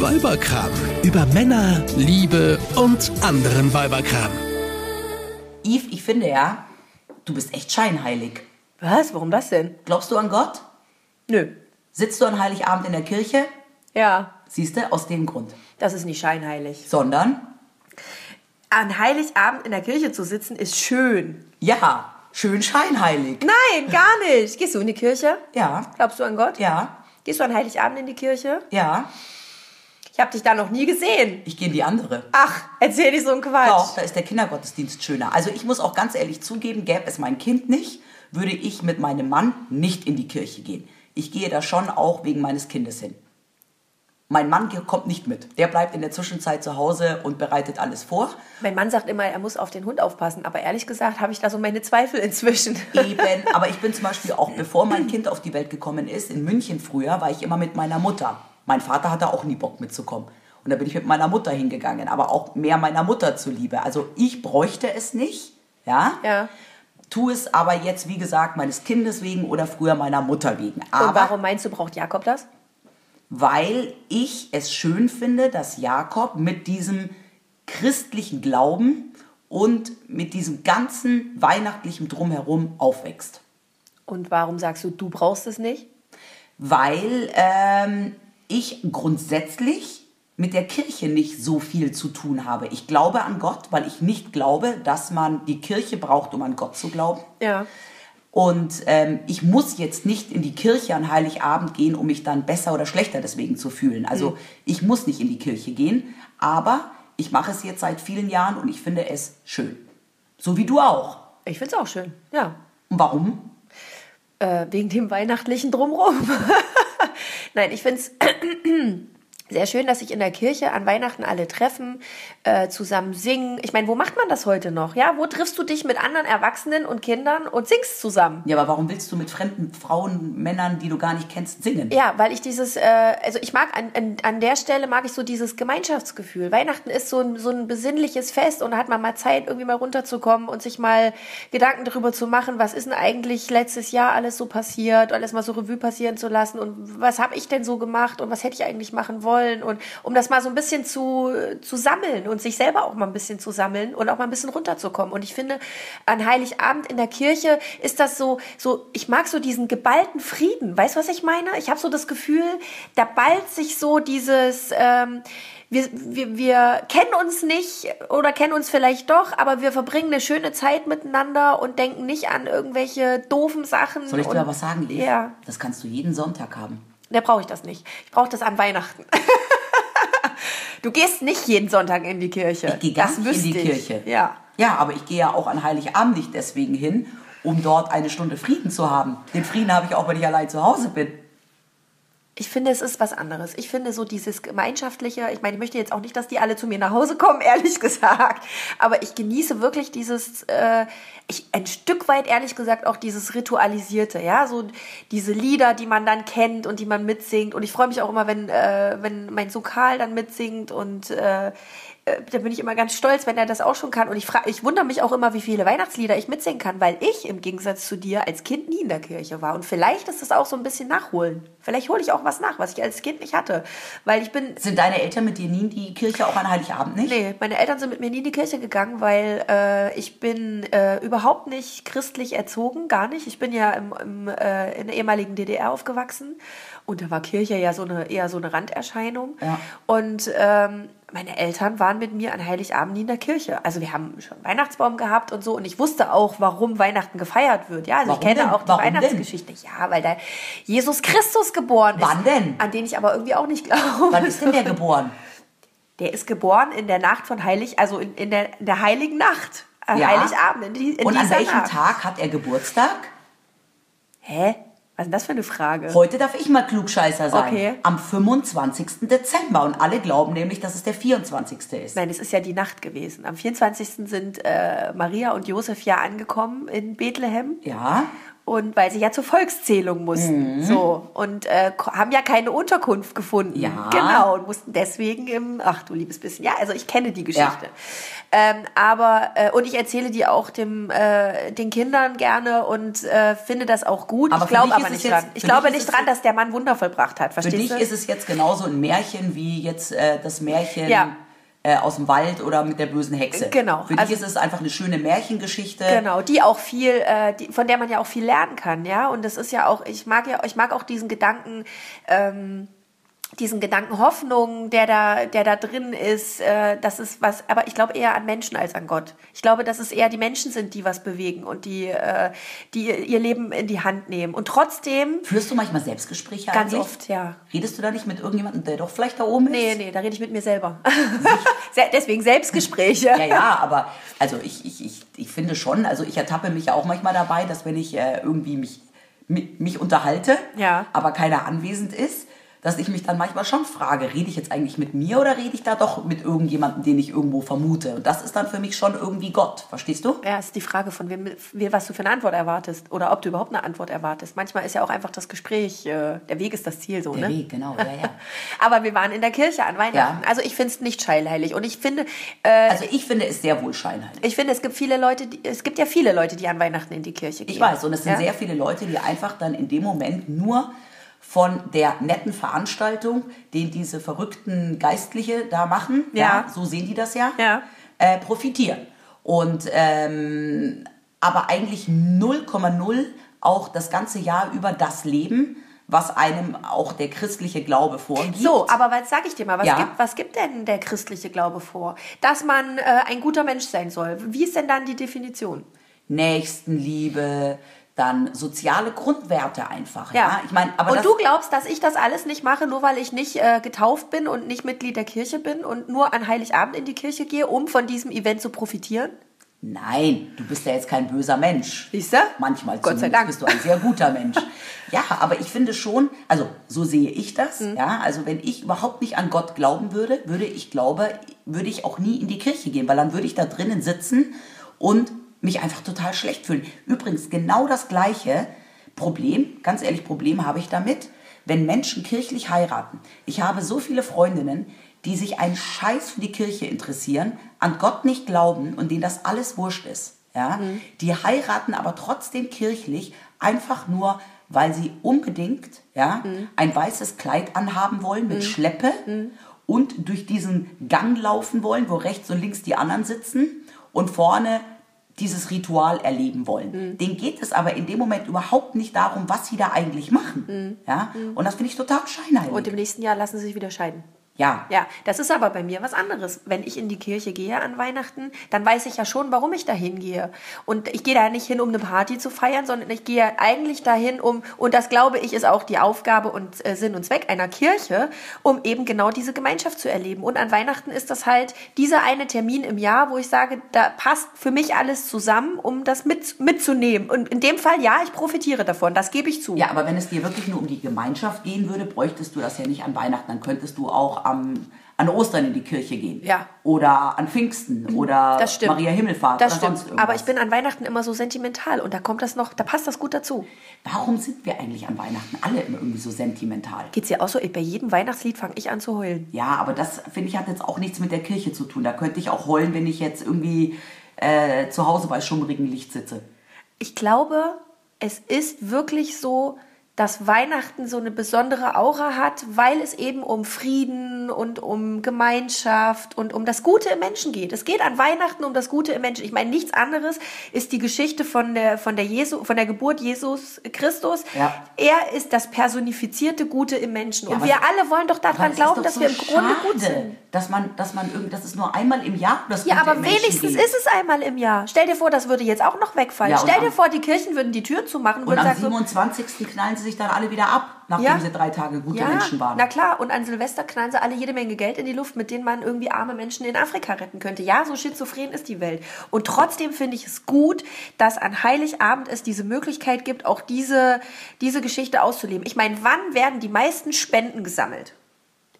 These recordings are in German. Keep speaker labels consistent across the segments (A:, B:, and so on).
A: Weiberkram. Über Männer, Liebe und anderen Weiberkram.
B: Yves, ich finde ja, du bist echt scheinheilig.
C: Was? Warum das denn?
B: Glaubst du an Gott?
C: Nö.
B: Sitzt du an Heiligabend in der Kirche?
C: Ja,
B: Siehst du, aus dem Grund.
C: das ist nicht scheinheilig.
B: Sondern,
C: An Heiligabend in der Kirche zu sitzen ist schön.
B: ja, schön scheinheilig.
C: Nein, gar nicht. Gehst du in die Kirche?
B: Ja,
C: Glaubst du an Gott?
B: ja,
C: Gehst du an Heiligabend in die Kirche?
B: ja.
C: Ich habe dich da noch nie gesehen.
B: Ich gehe in die andere.
C: Ach, erzähl nicht so einen Quatsch.
B: Doch, da ist der Kindergottesdienst schöner. Also ich muss auch ganz ehrlich zugeben, gäbe es mein Kind nicht, würde ich mit meinem Mann nicht in die Kirche gehen. Ich gehe da schon auch wegen meines Kindes hin. Mein Mann ge- kommt nicht mit. Der bleibt in der Zwischenzeit zu Hause und bereitet alles vor.
C: Mein Mann sagt immer, er muss auf den Hund aufpassen, aber ehrlich gesagt habe ich da so meine Zweifel inzwischen.
B: Eben, aber ich bin zum Beispiel auch, bevor mein Kind auf die Welt gekommen ist, in München früher, war ich immer mit meiner Mutter. Mein Vater hatte auch nie Bock mitzukommen. Und da bin ich mit meiner Mutter hingegangen, aber auch mehr meiner Mutter zuliebe. Also ich bräuchte es nicht, ja?
C: Ja.
B: Tu es aber jetzt, wie gesagt, meines Kindes wegen oder früher meiner Mutter wegen.
C: Und
B: Aber
C: warum meinst du, braucht Jakob das?
B: weil ich es schön finde, dass Jakob mit diesem christlichen Glauben und mit diesem ganzen weihnachtlichen Drumherum aufwächst.
C: Und warum sagst du, du brauchst es nicht?
B: weil ähm, ich grundsätzlich mit der Kirche nicht so viel zu tun habe. Ich glaube an Gott, weil ich nicht glaube, dass man die Kirche braucht, um an Gott zu glauben.
C: Ja.
B: Und ähm, ich muss jetzt nicht in die Kirche an Heiligabend gehen, um mich dann besser oder schlechter deswegen zu fühlen. Also ich muss nicht in die Kirche gehen, aber ich mache es jetzt seit vielen Jahren und ich finde es schön. So wie du auch.
C: Ich find's auch schön. Ja.
B: Und warum?
C: Äh, wegen dem weihnachtlichen Drumrum. Nein, ich find's sehr schön, dass sich in der Kirche an Weihnachten alle treffen, äh, zusammen singen. Ich meine, wo macht man das heute noch? Ja, wo triffst du dich mit anderen Erwachsenen und Kindern und singst zusammen?
B: Ja, aber warum willst du mit fremden Frauen, Männern, die du gar nicht kennst, singen?
C: Ja, weil ich dieses, äh, also ich mag an, an, an der Stelle mag ich so dieses Gemeinschaftsgefühl. Weihnachten ist so ein, so ein besinnliches Fest und da hat man mal Zeit, irgendwie mal runterzukommen und sich mal Gedanken darüber zu machen, was ist denn eigentlich letztes Jahr alles so passiert, alles mal so Revue passieren zu lassen und was habe ich denn so gemacht und was hätte ich eigentlich machen wollen und um das mal so ein bisschen zu, zu sammeln und sich selber auch mal ein bisschen zu sammeln und auch mal ein bisschen runterzukommen. Und ich finde, an Heiligabend in der Kirche ist das so, so, ich mag so diesen geballten Frieden. Weißt du, was ich meine? Ich habe so das Gefühl, da ballt sich so dieses, ähm, wir, wir, wir kennen uns nicht oder kennen uns vielleicht doch, aber wir verbringen eine schöne Zeit miteinander und denken nicht an irgendwelche doofen Sachen.
B: Soll ich dir
C: und,
B: mal was sagen, Lee?
C: Ja,
B: Das kannst du jeden Sonntag haben.
C: da brauche ich das nicht. Ich brauche das an Weihnachten. du gehst nicht jeden Sonntag in die Kirche.
B: Ich gehe gar
C: das
B: nicht in die
C: wüsste ich.
B: Kirche.
C: Ja.
B: Ja, aber ich gehe ja auch an Heiligabend nicht deswegen hin, um dort eine Stunde Frieden zu haben. Den Frieden habe ich auch, wenn ich allein zu Hause bin.
C: Ich finde, es ist was anderes. Ich finde so dieses gemeinschaftliche, ich meine, ich möchte jetzt auch nicht, dass die alle zu mir nach Hause kommen, ehrlich gesagt. Aber ich genieße wirklich dieses, äh, ich, ein Stück weit, ehrlich gesagt, auch dieses Ritualisierte, ja, so diese Lieder, die man dann kennt und die man mitsingt. Und ich freue mich auch immer, wenn, äh, wenn mein Sohn Karl dann mitsingt und äh, äh, da bin ich immer ganz stolz, wenn er das auch schon kann. Und ich, fra- ich wundere mich auch immer, wie viele Weihnachtslieder ich mitsingen kann, weil ich im Gegensatz zu dir als Kind nie in der Kirche war. Und vielleicht ist das auch so ein bisschen nachholen. Vielleicht hole ich auch was nach, was ich als Kind nicht hatte. Weil ich bin.
B: Sind deine Eltern mit dir nie in die Kirche auch an Heiligabend nicht?
C: Nee, meine Eltern sind mit mir nie in die Kirche gegangen, weil äh, ich bin äh, überhaupt nicht christlich erzogen, gar nicht. Ich bin ja im, im, äh, in der ehemaligen DDR aufgewachsen und da war Kirche ja so eine eher so eine Randerscheinung.
B: Ja.
C: Und ähm, meine Eltern waren mit mir an Heiligabend nie in der Kirche. Also wir haben schon einen Weihnachtsbaum gehabt und so. Und ich wusste auch, warum Weihnachten gefeiert wird. Ja, also
B: Warum
C: ich kenne
B: denn?
C: auch die
B: Warum denn?
C: Weihnachtsgeschichte. Ja, weil da Jesus Christus geboren ist.
B: Wann denn?
C: An den ich aber irgendwie auch nicht glaube.
B: Wann ist denn der geboren?
C: Der ist geboren in der Nacht von Heilig, also in, in, der, in der Heiligen Nacht. An
B: Ja.
C: Heiligabend. In die, in
B: Und an
C: dieser
B: welchem
C: Nacht.
B: Tag hat er Geburtstag?
C: Hä? Was ist denn das für eine Frage?
B: Heute darf ich mal Klugscheißer sein.
C: Okay.
B: Am 25. Dezember. Und alle glauben nämlich, dass es der 24. ist.
C: Nein, es ist ja die Nacht gewesen. Am 24. sind äh, Maria und Josef ja angekommen in Bethlehem.
B: Ja?
C: und weil sie ja zur Volkszählung
B: Mhm.
C: mussten. So. Und äh, ko- haben ja keine Unterkunft gefunden.
B: Ja.
C: Genau. Und mussten deswegen im, ach du liebes bisschen, ja, also ich kenne die Geschichte.
B: Ja.
C: Ähm, aber, äh, und ich erzähle die auch dem, äh, den Kindern gerne und äh, finde das auch gut.
B: Aber
C: ich
B: für
C: glaube
B: dich ist
C: aber
B: es
C: nicht
B: jetzt-
C: dran.
B: für
C: Ich
B: dich
C: glaube
B: ist
C: nicht
B: es
C: dran,
B: jetzt-
C: dass der Mann Wunder vollbracht hat.
B: Für
C: Verstehst
B: dich
C: du?
B: ist es jetzt genauso ein Märchen wie jetzt äh, das Märchen
C: Ja.
B: äh, aus dem Wald oder mit der bösen Hexe.
C: Genau.
B: Für
C: Also-
B: dich ist es einfach eine schöne Märchengeschichte.
C: Genau, die auch viel, äh, die, von der man ja auch viel lernen kann, ja. Und das ist ja auch, ich mag ja, ich mag auch diesen Gedanken, ähm, diesen Gedanken Hoffnung, der da, der da drin ist, äh, das ist was, aber ich glaube eher an Menschen als an Gott. Ich glaube, dass es eher die Menschen sind, die was bewegen und die, äh, die ihr Leben in die Hand nehmen. Und trotzdem,
B: Führst du manchmal Selbstgespräche
C: Ganz
B: eigentlich?
C: oft, ja.
B: Redest du da nicht mit irgendjemandem, der doch vielleicht da oben
C: nee,
B: ist?
C: nee, da rede ich mit mir selber. Se- Deswegen Selbstgespräche.
B: Ja, ja, aber also ich, ich, ich, ich finde schon, also ich ertappe mich ja auch manchmal dabei, dass wenn ich äh, irgendwie mich, mi- mich unterhalte,
C: Ja.
B: aber keiner anwesend ist, dass ich mich dann manchmal schon frage, rede ich jetzt eigentlich mit mir oder rede ich da doch mit irgendjemandem, den ich irgendwo vermute? Und das ist dann für mich schon irgendwie Gott, verstehst du?
C: Ja, ist die Frage von wem, wie- was du für eine Antwort erwartest oder ob du überhaupt eine Antwort erwartest. Manchmal ist ja auch einfach das Gespräch, äh, der Weg ist das Ziel so,
B: Der
C: ne?
B: Weg, genau, ja, ja.
C: Aber wir waren in der Kirche an Weihnachten.
B: Ja.
C: Also ich finde es nicht scheinheilig und ich finde, äh,
B: Also ich finde es sehr wohl scheinheilig.
C: ich finde, es gibt viele Leute, die, es gibt ja viele Leute, die an Weihnachten in die Kirche gehen.
B: Ich weiß, und es sind
C: ja?
B: sehr viele Leute, die einfach dann in dem Moment nur von der netten Veranstaltung, den diese verrückten Geistliche da machen,
C: Ja.
B: so sehen die das ja,
C: Ja.
B: Äh, profitieren. Und ähm, aber eigentlich 0,0 auch das ganze Jahr über das Leben, was einem auch der christliche Glaube vorgibt.
C: So, aber was sag ich dir mal, was,
B: Ja.
C: gibt, was gibt denn der christliche Glaube vor? Dass man äh, ein guter Mensch sein soll. Wie ist denn dann die Definition?
B: Nächstenliebe, dann soziale Grundwerte einfach. Ja, Ah, ich meine, aber
C: und
B: das,
C: du glaubst, dass ich das alles nicht mache, nur weil ich nicht äh, getauft bin und nicht Mitglied der Kirche bin und nur an Heiligabend in die Kirche gehe, um von diesem Event zu profitieren?
B: Nein, du bist ja jetzt kein böser Mensch.
C: Siehste?
B: Manchmal
C: Gott sei
B: zumindest
C: Dank.
B: bist du ein sehr guter Mensch. ja, aber ich finde schon, also so sehe ich das.
C: Mhm.
B: Ja, also wenn ich überhaupt nicht an Gott glauben würde, würde ich glaube, würde ich auch nie in die Kirche gehen, weil dann würde ich da drinnen sitzen und mich einfach total schlecht fühlen. Übrigens genau das gleiche Problem, ganz ehrlich, Problem habe ich damit, wenn Menschen kirchlich heiraten. Ich habe so viele Freundinnen, die sich einen Scheiß für die Kirche interessieren, an Gott nicht glauben und denen das alles wurscht ist. Ja? Die heiraten aber trotzdem kirchlich, einfach nur, weil sie unbedingt ja, ein weißes Kleid anhaben wollen mit Schleppe und durch diesen Gang laufen wollen, wo rechts und links die anderen sitzen und vorne dieses Ritual erleben wollen.
C: Mhm.
B: Denen geht es aber in dem Moment überhaupt nicht darum, was sie da eigentlich machen. Ja? Und das finde ich total scheinheilig.
C: Mhm. Und im nächsten Jahr lassen sie sich wieder scheiden.
B: ja.
C: Ja, das ist aber bei mir was anderes. Wenn ich in die Kirche gehe an Weihnachten, dann weiß ich ja schon, warum ich da hingehe. Und ich gehe da nicht hin, um eine Party zu feiern, sondern ich gehe eigentlich dahin, um, und das glaube ich, ist auch die Aufgabe und äh, Sinn und Zweck einer Kirche, um eben genau diese Gemeinschaft zu erleben. Und an Weihnachten ist das halt dieser eine Termin im Jahr, wo ich sage, da passt für mich alles zusammen, um das mit, mitzunehmen. Und in dem Fall, ja, ich profitiere davon, das gebe ich zu.
B: Ja, aber wenn es dir wirklich nur um die Gemeinschaft gehen würde, bräuchtest du das ja nicht an Weihnachten. Dann könntest du auch am, an Ostern in die Kirche gehen.
C: Ja. Mhm.
B: Oder an Pfingsten oder
C: Das stimmt.
B: Maria Himmelfahrt
C: Das
B: oder
C: stimmt.
B: sonst irgendwas.
C: Aber ich bin an Weihnachten immer so sentimental und da kommt das noch, da passt das gut dazu.
B: Warum sind wir eigentlich an Weihnachten alle immer irgendwie so sentimental?
C: Geht's dir auch so? Ey, Bei jedem Weihnachtslied fange ich an zu heulen.
B: Ja, aber das, finde ich, hat jetzt auch nichts mit der Kirche zu tun. Da könnte ich auch heulen, wenn ich jetzt irgendwie äh, zu Hause bei schummrigem Licht sitze.
C: Ich glaube, es ist wirklich so, dass Weihnachten so eine besondere Aura hat, weil es eben um Frieden und um Gemeinschaft und um das Gute im Menschen geht. Es geht an Weihnachten um das Gute im Menschen. Ich meine, nichts anderes ist die Geschichte von der, von der, Jesu, von der Geburt Jesus Christus.
B: Ja.
C: Er ist das personifizierte Gute im Menschen. und
B: aber-
C: wir alle wollen doch
B: Aber
C: daran
B: es ist
C: glauben,
B: doch
C: dass
B: so
C: wir im Grunde gut
B: schade,
C: sind.
B: Dass man, dass man irgendwie, dass es nur einmal im Jahr um das
C: Ja,
B: Gute
C: aber
B: im Menschen
C: wenigstens
B: geht.
C: ist es einmal im Jahr. Stell dir vor, das würde jetzt auch noch wegfallen.
B: Ja, und
C: Stell dir
B: am-
C: vor, die Kirchen würden die Türen zumachen
B: Und
C: würden
B: am
C: sagen so,
B: 27. knallen sie sich dann alle wieder ab, nachdem
C: Ja.
B: sie drei Tage gute
C: ja,
B: Menschen waren.
C: na klar. Und an Silvester knallen sie alle jede Menge Geld in die Luft, mit denen man irgendwie arme Menschen in Afrika retten könnte. Ja, so schizophren ist die Welt. Und trotzdem finde ich es gut, dass an Heiligabend es diese Möglichkeit gibt, auch diese, diese Geschichte auszuleben. Ich meine, wann werden die meisten Spenden gesammelt?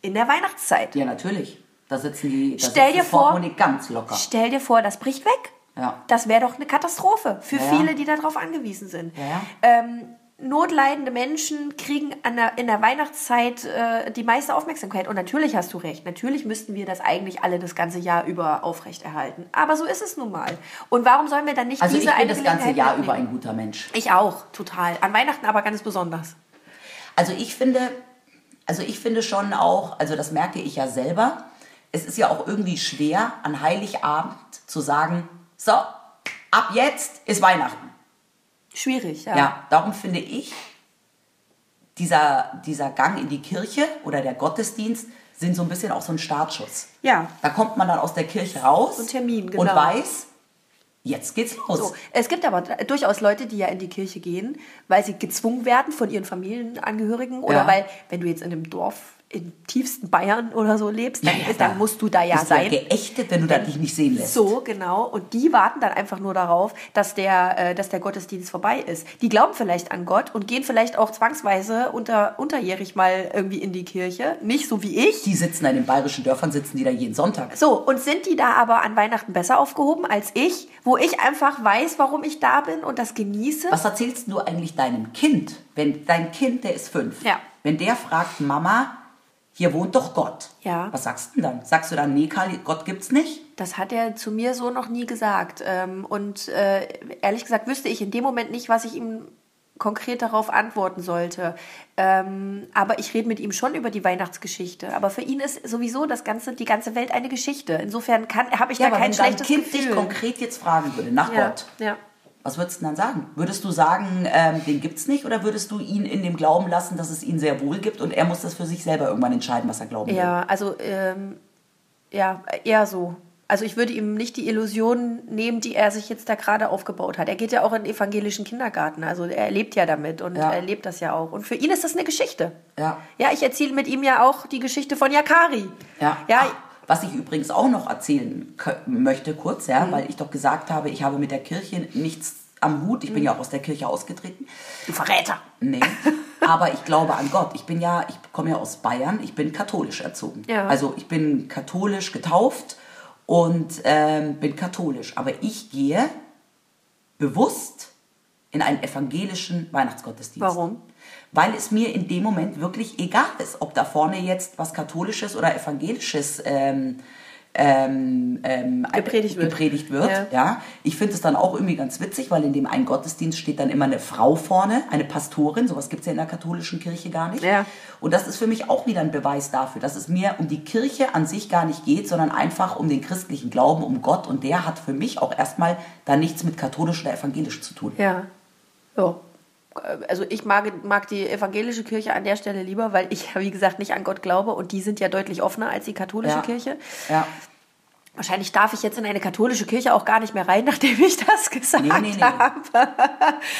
C: In der Weihnachtszeit.
B: Ja, natürlich. Da sitzen die, da
C: Stell
B: sitzt
C: dir
B: die
C: vor-
B: Portemonnaie ganz locker.
C: Stell dir vor, das bricht weg.
B: Ja.
C: Das wäre doch eine Katastrophe für
B: Ja, ja.
C: viele, die darauf angewiesen sind.
B: Ja, ja.
C: Ähm, notleidende Menschen kriegen an der, in der Weihnachtszeit äh, die meiste Aufmerksamkeit. Und natürlich hast du recht. Natürlich müssten wir das eigentlich alle das ganze Jahr über aufrechterhalten. Aber so ist es nun mal. Und warum sollen wir dann nicht
B: Also
C: diese
B: ich bin
C: eine
B: das ganze
C: Gelegenheit
B: Jahr
C: mitnehmen?
B: über ein guter Mensch.
C: Ich auch, total. An Weihnachten aber ganz besonders.
B: Also ich finde, also ich finde schon auch, also das merke ich ja selber, es ist ja auch irgendwie schwer, an Heiligabend zu sagen, so, ab jetzt ist Weihnachten.
C: Schwierig, ja.
B: Ja, darum finde ich, dieser, dieser Gang in die Kirche oder der Gottesdienst sind so ein bisschen auch so ein Startschuss.
C: Ja.
B: Da kommt man dann aus der Kirche raus
C: So ein Termin,
B: und
C: genau.
B: weiß, jetzt geht's los.
C: So, es gibt aber durchaus Leute, die ja in die Kirche gehen, weil sie gezwungen werden von ihren Familienangehörigen oder
B: Ja.
C: weil, wenn du jetzt in einem Dorf im tiefsten Bayern oder so lebst,
B: Ja,
C: dann,
B: ja,
C: dann
B: da
C: musst du da ja
B: bist
C: sein.
B: Du ja geächtet, wenn du da dich nicht sehen lässt.
C: So, genau. Und die warten dann einfach nur darauf, dass der, äh, dass der Gottesdienst vorbei ist. Die glauben vielleicht an Gott und gehen vielleicht auch zwangsweise unter, unterjährig mal irgendwie in die Kirche. Nicht so wie ich.
B: Die sitzen da in den bayerischen Dörfern, sitzen die da jeden Sonntag.
C: So, und sind die da aber an Weihnachten besser aufgehoben als ich, wo ich einfach weiß, warum ich da bin und das genieße?
B: Was erzählst du eigentlich deinem Kind, wenn dein Kind, der ist fünf,
C: Ja.
B: wenn der fragt, Mama, hier wohnt doch Gott.
C: Ja.
B: Was sagst du denn dann? Sagst du dann, nee, Karl, Gott gibt's nicht?
C: Das hat er zu mir so noch nie gesagt. Ähm, und äh, ehrlich gesagt wüsste ich in dem Moment nicht, was ich ihm konkret darauf antworten sollte. Ähm, aber ich rede mit ihm schon über die Weihnachtsgeschichte. Aber für ihn ist sowieso das ganze, die ganze Welt eine Geschichte. Insofern kann- habe ich da
B: aber
C: kein
B: wenn dein
C: schlechtes
B: Kind dich
C: Gefühl.
B: konkret jetzt fragen würde, nach
C: ja,
B: Gott,
C: ja.
B: was würdest du dann sagen? Würdest du sagen, ähm, den gibt's nicht? Oder würdest du ihn in dem Glauben lassen, dass es ihn sehr wohl gibt und er muss das für sich selber irgendwann entscheiden, was er glauben will?
C: Ja, also ähm, ja, eher so. Also ich würde ihm nicht die Illusion nehmen, die er sich jetzt da gerade aufgebaut hat. Er geht ja auch in den evangelischen Kindergarten, also er lebt ja damit und
B: Ja.
C: er lebt das ja auch. Und für ihn ist das eine Geschichte.
B: Ja.
C: Ja, ich erzähle mit ihm ja auch die Geschichte von Yakari.
B: Ja.
C: Ja,
B: Ach, was ich übrigens auch noch erzählen kö- möchte, kurz, ja, weil ich doch gesagt habe, ich habe mit der Kirche nichts am Hut. Ich bin ja auch aus der Kirche ausgetreten.
C: du Verräter.
B: Nee. Aber ich glaube an Gott. Ich bin ja, ich komme ja aus Bayern, ich bin katholisch erzogen.
C: Ja.
B: Also ich bin katholisch getauft und ähm, bin katholisch. Aber ich gehe bewusst in einen evangelischen Weihnachtsgottesdienst.
C: Warum?
B: Weil es mir in dem Moment wirklich egal ist, ob da vorne jetzt was katholisches oder evangelisches ähm, ähm, ähm,
C: Gepredigt wird.
B: gepredigt wird.
C: Ja.
B: Ja. Ich finde es dann auch irgendwie ganz witzig, weil in dem einen Gottesdienst steht dann immer eine Frau vorne, eine Pastorin, sowas gibt es ja in der katholischen Kirche gar nicht.
C: Ja.
B: Und das ist für mich auch wieder ein Beweis dafür, dass es mir um die Kirche an sich gar nicht geht, sondern einfach um den christlichen Glauben, um Gott. Und der hat für mich auch erstmal da nichts mit katholisch oder evangelisch zu tun.
C: Ja. Ja. Also ich mag, mag die evangelische Kirche an der Stelle lieber, weil ich ja, wie gesagt, nicht an Gott glaube und die sind ja deutlich offener als die katholische
B: Ja.
C: Kirche.
B: Ja.
C: Wahrscheinlich darf ich jetzt in eine katholische Kirche auch gar nicht mehr rein, nachdem ich das gesagt
B: Nee, nee, nee.
C: habe.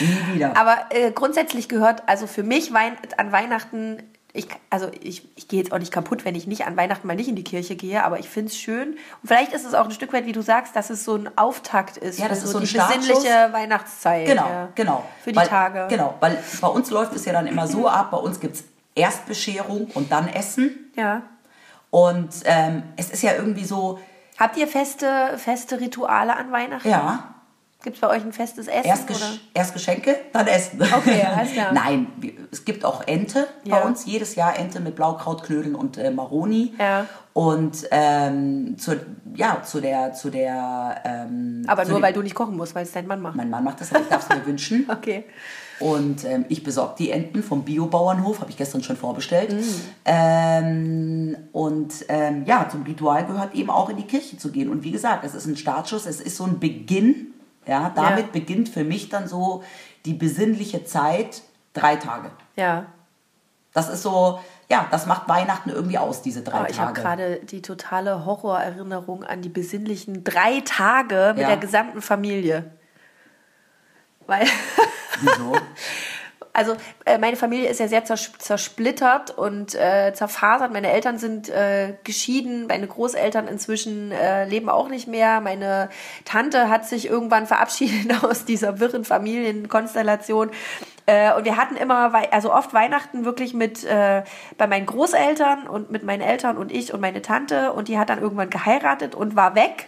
B: Nie wieder.
C: Aber äh, grundsätzlich gehört also für mich Wein an Weihnachten, ich, also ich, ich gehe jetzt auch nicht kaputt, wenn ich nicht an Weihnachten mal nicht in die Kirche gehe, aber ich finde es schön. Und vielleicht ist es auch ein Stück weit, wie du sagst, dass es so ein Auftakt ist
B: Ja, das
C: für
B: ist
C: so
B: so
C: die
B: ein Startschuss.
C: besinnliche Weihnachtszeit.
B: Genau,
C: äh, ja.
B: genau.
C: Für die
B: weil,
C: Tage.
B: Genau, weil bei uns läuft es ja dann immer so ab, bei uns gibt es erst Bescherung und dann Essen.
C: Ja.
B: Und ähm, es ist ja irgendwie so,
C: Habt ihr feste, feste Rituale an Weihnachten?
B: ja,
C: Gibt es bei euch ein festes Essen?
B: erst,
C: oder?
B: Gesch erst Geschenke, dann Essen.
C: Okay, alles klar.
B: Nein, wir- es gibt auch Ente
C: Ja.
B: bei uns, jedes Jahr Ente mit Blaukraut, Knödeln und äh, Maroni.
C: Ja.
B: Und ähm, zu, ja, zu der, zu der, ähm,
C: Aber
B: zu
C: nur,
B: dem-
C: weil du nicht kochen musst, weil es dein Mann macht.
B: mein Mann macht das, aber ich darf es mir wünschen.
C: Okay.
B: Und ähm, ich besorge die Enten vom Biobauernhof, habe ich gestern schon vorbestellt.
C: Mm.
B: Ähm, und ähm, ja, zum Ritual gehört eben auch in die Kirche zu gehen. Und wie gesagt, es ist ein Startschuss, es ist so ein Beginn. Ja, damit
C: Ja.
B: beginnt für mich dann so die besinnliche Zeit drei Tage.
C: Ja.
B: Das ist so, ja, das macht Weihnachten irgendwie aus, diese drei
C: Aber Oh, ich habe
B: Tage.
C: gerade die totale Horrorerinnerung an die besinnlichen drei Tage mit
B: Ja.
C: der gesamten Familie. Weil,
B: Wieso?
C: also äh, meine Familie ist ja sehr zers zersplittert und äh, zerfasert. Meine Eltern sind äh, geschieden, meine Großeltern inzwischen äh, leben auch nicht mehr. Meine Tante hat sich irgendwann verabschiedet aus dieser wirren Familienkonstellation. Äh, und wir hatten immer, Wei- also oft Weihnachten wirklich mit äh, bei meinen Großeltern und mit meinen Eltern und ich und meine Tante. Und die hat dann irgendwann geheiratet und war weg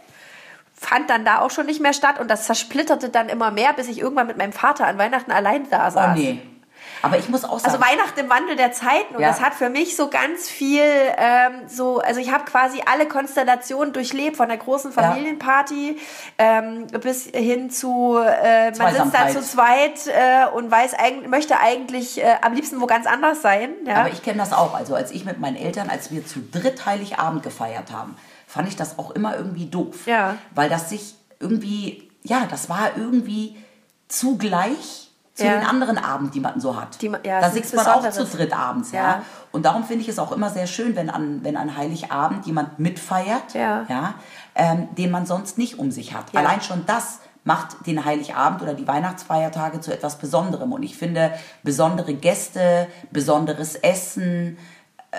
C: fand dann da auch schon nicht mehr statt und das zersplitterte dann immer mehr, bis ich irgendwann mit meinem Vater an Weihnachten allein da
B: Oh
C: saß.
B: nee. Aber ich muss auch sagen,
C: Also Weihnachten im Wandel der Zeiten und
B: Ja.
C: das hat für mich so ganz viel ähm, so, also ich habe quasi alle Konstellationen durchlebt, von der großen
B: Ja.
C: Familienparty ähm, bis hin zu, äh, man sitzt da
B: Zweisamkeit.
C: zu zweit äh, und weiß eigentlich, möchte eigentlich äh, am liebsten wo ganz anders sein. Ja.
B: Aber ich kenne das auch. Also als ich mit meinen Eltern, als wir zu dritt Heiligabend gefeiert haben, fand ich das auch immer irgendwie doof.
C: Ja.
B: Weil das sich irgendwie, ja, das war irgendwie zugleich zu
C: Ja.
B: den anderen Abend, die man so hat.
C: Die ma- ja,
B: da
C: es ist
B: sitzt man auch zu
C: Besonderes.
B: dritt abends. Ja.
C: Ja.
B: Und darum finde ich es auch immer sehr schön, wenn an, wenn an Heiligabend jemand mitfeiert,
C: Ja.
B: ähm, den man sonst nicht um sich hat.
C: Ja.
B: Allein schon das macht den Heiligabend oder die Weihnachtsfeiertage zu etwas Besonderem. Und ich finde, besondere Gäste, besonderes Essen, äh,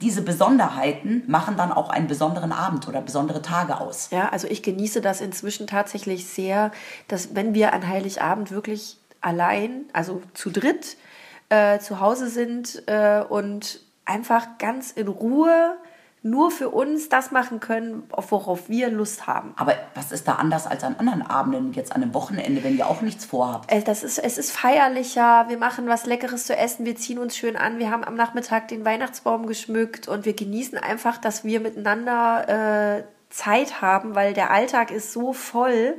B: diese Besonderheiten machen dann auch einen besonderen Abend oder besondere Tage aus.
C: Ja, also ich genieße das inzwischen tatsächlich sehr, dass wenn wir an Heiligabend wirklich allein, also zu dritt, äh, zu Hause sind äh, und einfach ganz in Ruhe nur für uns das machen können, auf worauf wir Lust haben.
B: Aber was ist da anders als an anderen Abenden, jetzt an einem Wochenende, wenn ihr auch nichts vorhabt?
C: Äh, Das ist, es ist feierlicher, wir machen was Leckeres zu essen, wir ziehen uns schön an, wir haben am Nachmittag den Weihnachtsbaum geschmückt und wir genießen einfach, dass wir miteinander äh, Zeit haben, weil der Alltag ist so voll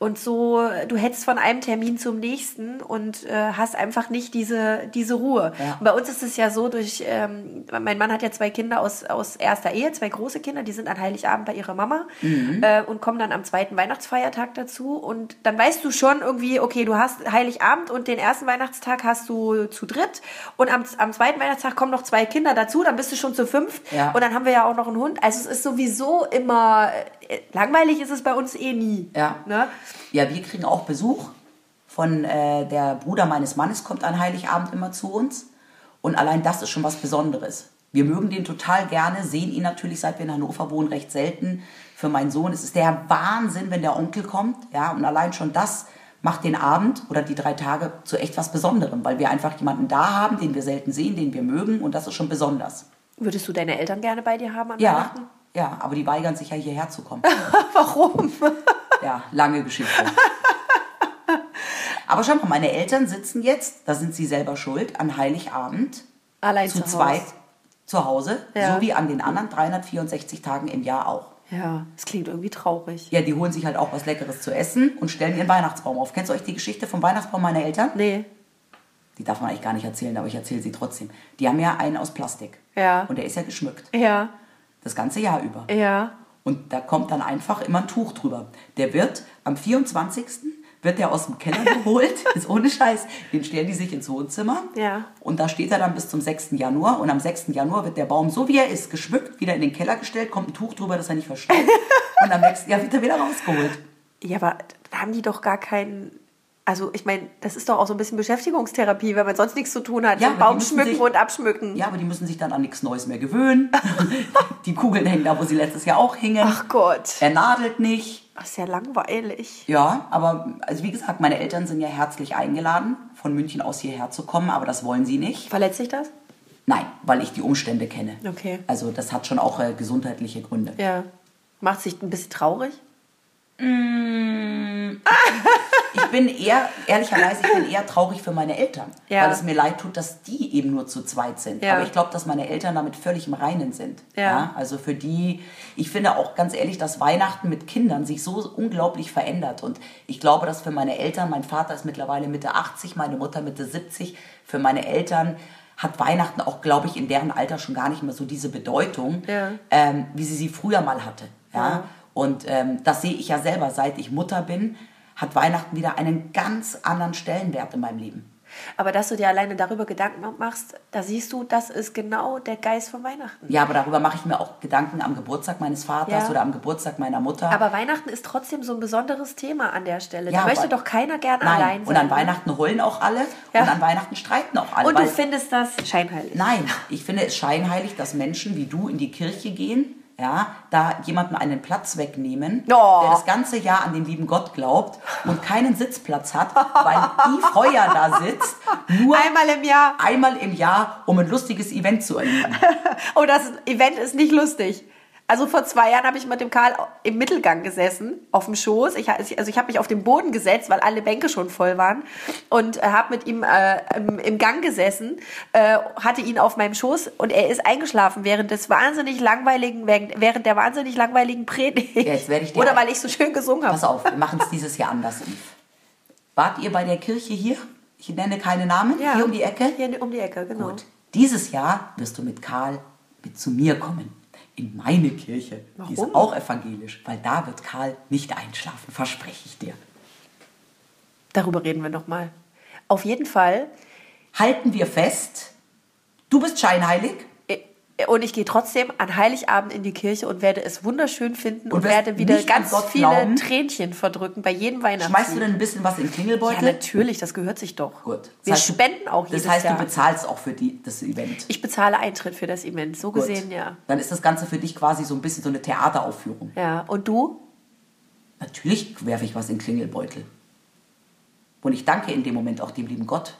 C: und so, du hetzt von einem Termin zum nächsten und äh, hast einfach nicht diese, diese Ruhe.
B: Ja.
C: Und bei uns ist es ja so, durch, ähm, mein Mann hat ja zwei Kinder aus, aus erster Ehe, zwei große Kinder, die sind an Heiligabend bei ihrer Mama
B: Mhm.
C: äh, und kommen dann am zweiten Weihnachtsfeiertag dazu. Und dann weißt du schon irgendwie, okay, du hast Heiligabend und den ersten Weihnachtstag hast du zu dritt und am, am zweiten Weihnachtstag kommen noch zwei Kinder dazu, dann bist du schon zu fünft
B: Ja.
C: und dann haben wir ja auch noch einen Hund. Also es ist sowieso immer, äh, langweilig ist es bei uns eh nie.
B: Ja.
C: Ne?
B: Ja, wir kriegen auch Besuch von äh, der Bruder meines Mannes, kommt an Heiligabend immer zu uns. Und allein das ist schon was Besonderes. Wir mögen den total gerne, sehen ihn natürlich, seit wir in Hannover wohnen, recht selten. Für meinen Sohn ist es der Wahnsinn, wenn der Onkel kommt. Ja, und allein schon das macht den Abend oder die drei Tage zu echt was Besonderem, weil wir einfach jemanden da haben, den wir selten sehen, den wir mögen und das ist schon besonders.
C: Würdest du deine Eltern gerne bei dir haben an
B: Ja,
C: Weihnachten?
B: ja, aber die weigern sich ja hierher zu kommen.
C: Warum?
B: Ja, lange Geschichte. Aber schau mal, meine Eltern sitzen jetzt, da sind sie selber schuld, an Heiligabend
C: Allein
B: zu
C: zu Hause.
B: zweit zu Hause,
C: Ja.
B: so wie an den anderen 364 Tagen im Jahr auch.
C: Ja, es klingt irgendwie traurig.
B: Ja, die holen sich halt auch was Leckeres zu essen und stellen ihren Weihnachtsbaum auf. Kennst du euch die Geschichte vom Weihnachtsbaum meiner Eltern?
C: Nee.
B: Die darf man eigentlich gar nicht erzählen, aber ich erzähle sie trotzdem. Die haben ja einen aus Plastik.
C: Ja.
B: Und der ist ja geschmückt.
C: Ja,
B: Das ganze Jahr über.
C: ja.
B: Und da kommt dann einfach immer ein Tuch drüber. Der wird am 24. wird der aus dem Keller geholt, ist ohne Scheiß. Den stellen die sich ins Wohnzimmer.
C: Ja.
B: Und da steht er dann bis zum 6. Januar. Und am 6. Januar wird der Baum, so wie er ist, geschmückt, wieder in den Keller gestellt, kommt ein Tuch drüber, dass er nicht verstaubt. Und am nächsten Jahr wird er wieder rausgeholt.
C: Also Ja, aber da haben die doch gar keinen. Also, ich meine, das ist doch auch so ein bisschen Beschäftigungstherapie, wenn man sonst nichts zu tun hat.
B: Ja, aber
C: so
B: die
C: Baum
B: müssen
C: schmücken
B: sich-
C: und abschmücken.
B: Ja, aber die müssen sich dann an nichts Neues mehr gewöhnen. Die Kugeln hängen da, wo sie letztes Jahr auch hingen.
C: Ach Gott.
B: Er nadelt nicht.
C: Das ist ja langweilig.
B: Ja, aber also wie gesagt, meine Eltern sind ja herzlich eingeladen, von München aus hierher zu kommen, aber das wollen sie nicht.
C: Verletzt sich das?
B: Nein, weil ich die Umstände kenne.
C: Okay.
B: Also das hat schon auch äh, gesundheitliche Gründe.
C: Ja. Macht sich ein bisschen traurig?
B: Ich bin eher, ehrlicherweise, ich bin eher traurig für meine Eltern,
C: Ja.
B: weil es mir leid tut, dass die eben nur zu zweit sind.
C: Ja.
B: Aber ich glaube, dass meine Eltern damit völlig im Reinen sind.
C: Ja.
B: Also für die, ich finde auch ganz ehrlich, dass Weihnachten mit Kindern sich so unglaublich verändert. Und ich glaube, dass für meine Eltern, mein Vater ist mittlerweile Mitte 80, meine Mutter Mitte 70, für meine Eltern hat Weihnachten auch, glaube ich, in deren Alter schon gar nicht mehr so diese Bedeutung,
C: Ja.
B: ähm, wie sie sie früher mal hatte. Ja?
C: Ja.
B: Und ähm, das sehe ich ja selber, seit ich Mutter bin, hat Weihnachten wieder einen ganz anderen Stellenwert in meinem Leben.
C: Aber dass du dir alleine darüber Gedanken machst, da siehst du, das ist genau der Geist von Weihnachten.
B: Ja, aber darüber mache ich mir auch Gedanken am Geburtstag meines Vaters
C: Ja.
B: oder am Geburtstag meiner Mutter.
C: Aber Weihnachten ist trotzdem so ein besonderes Thema an der Stelle.
B: Ja,
C: da möchte
B: aber-
C: doch keiner gern
B: Nein.
C: allein sein. ne?
B: Und an Weihnachten heulen auch alle
C: Ja.
B: und an Weihnachten streiten auch alle.
C: Und du
B: weil-
C: findest das scheinheilig.
B: Nein, ich finde es scheinheilig, dass Menschen wie du in die Kirche gehen, ja, da jemandem einen Platz wegnehmen,
C: Oh.
B: der das ganze Jahr an den lieben Gott glaubt und keinen Sitzplatz hat, weil die Feuer da sitzt, nur
C: Einmal im Jahr.
B: einmal im Jahr, um ein lustiges Event zu erleben.
C: Oh, das Event ist nicht lustig. Also vor zwei Jahren habe ich mit dem Karl im Mittelgang gesessen, auf dem Schoß. Ich, also ich habe mich auf den Boden gesetzt, weil alle Bänke schon voll waren und äh, habe mit ihm äh, im, im Gang gesessen, äh, hatte ihn auf meinem Schoß und er ist eingeschlafen während des wahnsinnig langweiligen, während während der wahnsinnig langweiligen Predigt.
B: jetzt werde ich dir-
C: Oder weil ich so schön gesungen habe.
B: Pass auf, wir machen es dieses Jahr anders, Yves. Wart ihr bei der Kirche hier? Ich nenne keine Namen.
C: Ja.
B: Hier um die Ecke?
C: Hier um die Ecke, genau.
B: Gut. Dieses Jahr wirst du mit Karl mit zu mir kommen. In meine Kirche. Die ist
C: Warum?
B: auch evangelisch, weil da wird Karl nicht einschlafen, verspreche ich dir.
C: Darüber reden wir nochmal. Auf jeden Fall.
B: Halten wir fest, du bist scheinheilig
C: äh, Und ich gehe trotzdem an Heiligabend in die Kirche und werde es wunderschön finden und,
B: Und wirst
C: werde wieder
B: nicht
C: ganz
B: an Gott
C: viele
B: glauben?
C: Tränchen verdrücken bei jedem Weihnachtslied.
B: Schmeißt du denn ein bisschen was in den Klingelbeutel?
C: Ja, natürlich, das gehört sich doch.
B: Gut. Das
C: Wir
B: heißt, du-
C: spenden auch jedes
B: Das heißt,
C: Jahr.
B: du bezahlst auch für die, das Event.
C: ich bezahle Eintritt für das Event, so gesehen, ja.
B: Dann ist das Ganze für dich quasi so ein bisschen so eine Theateraufführung.
C: Ja, und du?
B: Natürlich werfe ich was in den Klingelbeutel. Und ich danke in dem Moment auch dem lieben Gott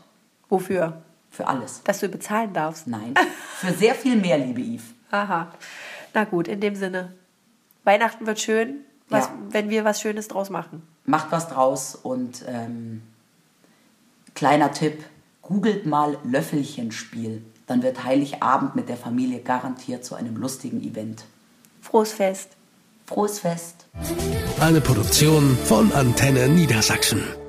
C: Wofür?
B: für alles.
C: Dass du bezahlen darfst.
B: Nein, für sehr viel mehr, liebe Yves.
C: Aha. Na gut, in dem Sinne. Weihnachten wird schön, was,
B: Ja.
C: wenn wir was Schönes draus machen.
B: Macht was draus und ähm, kleiner Tipp, googelt mal Löffelchenspiel. Dann wird Heiligabend mit der Familie garantiert zu einem lustigen Event.
C: Frohes Fest.
B: Frohes Fest!
A: Eine Produktion von Antenne Niedersachsen.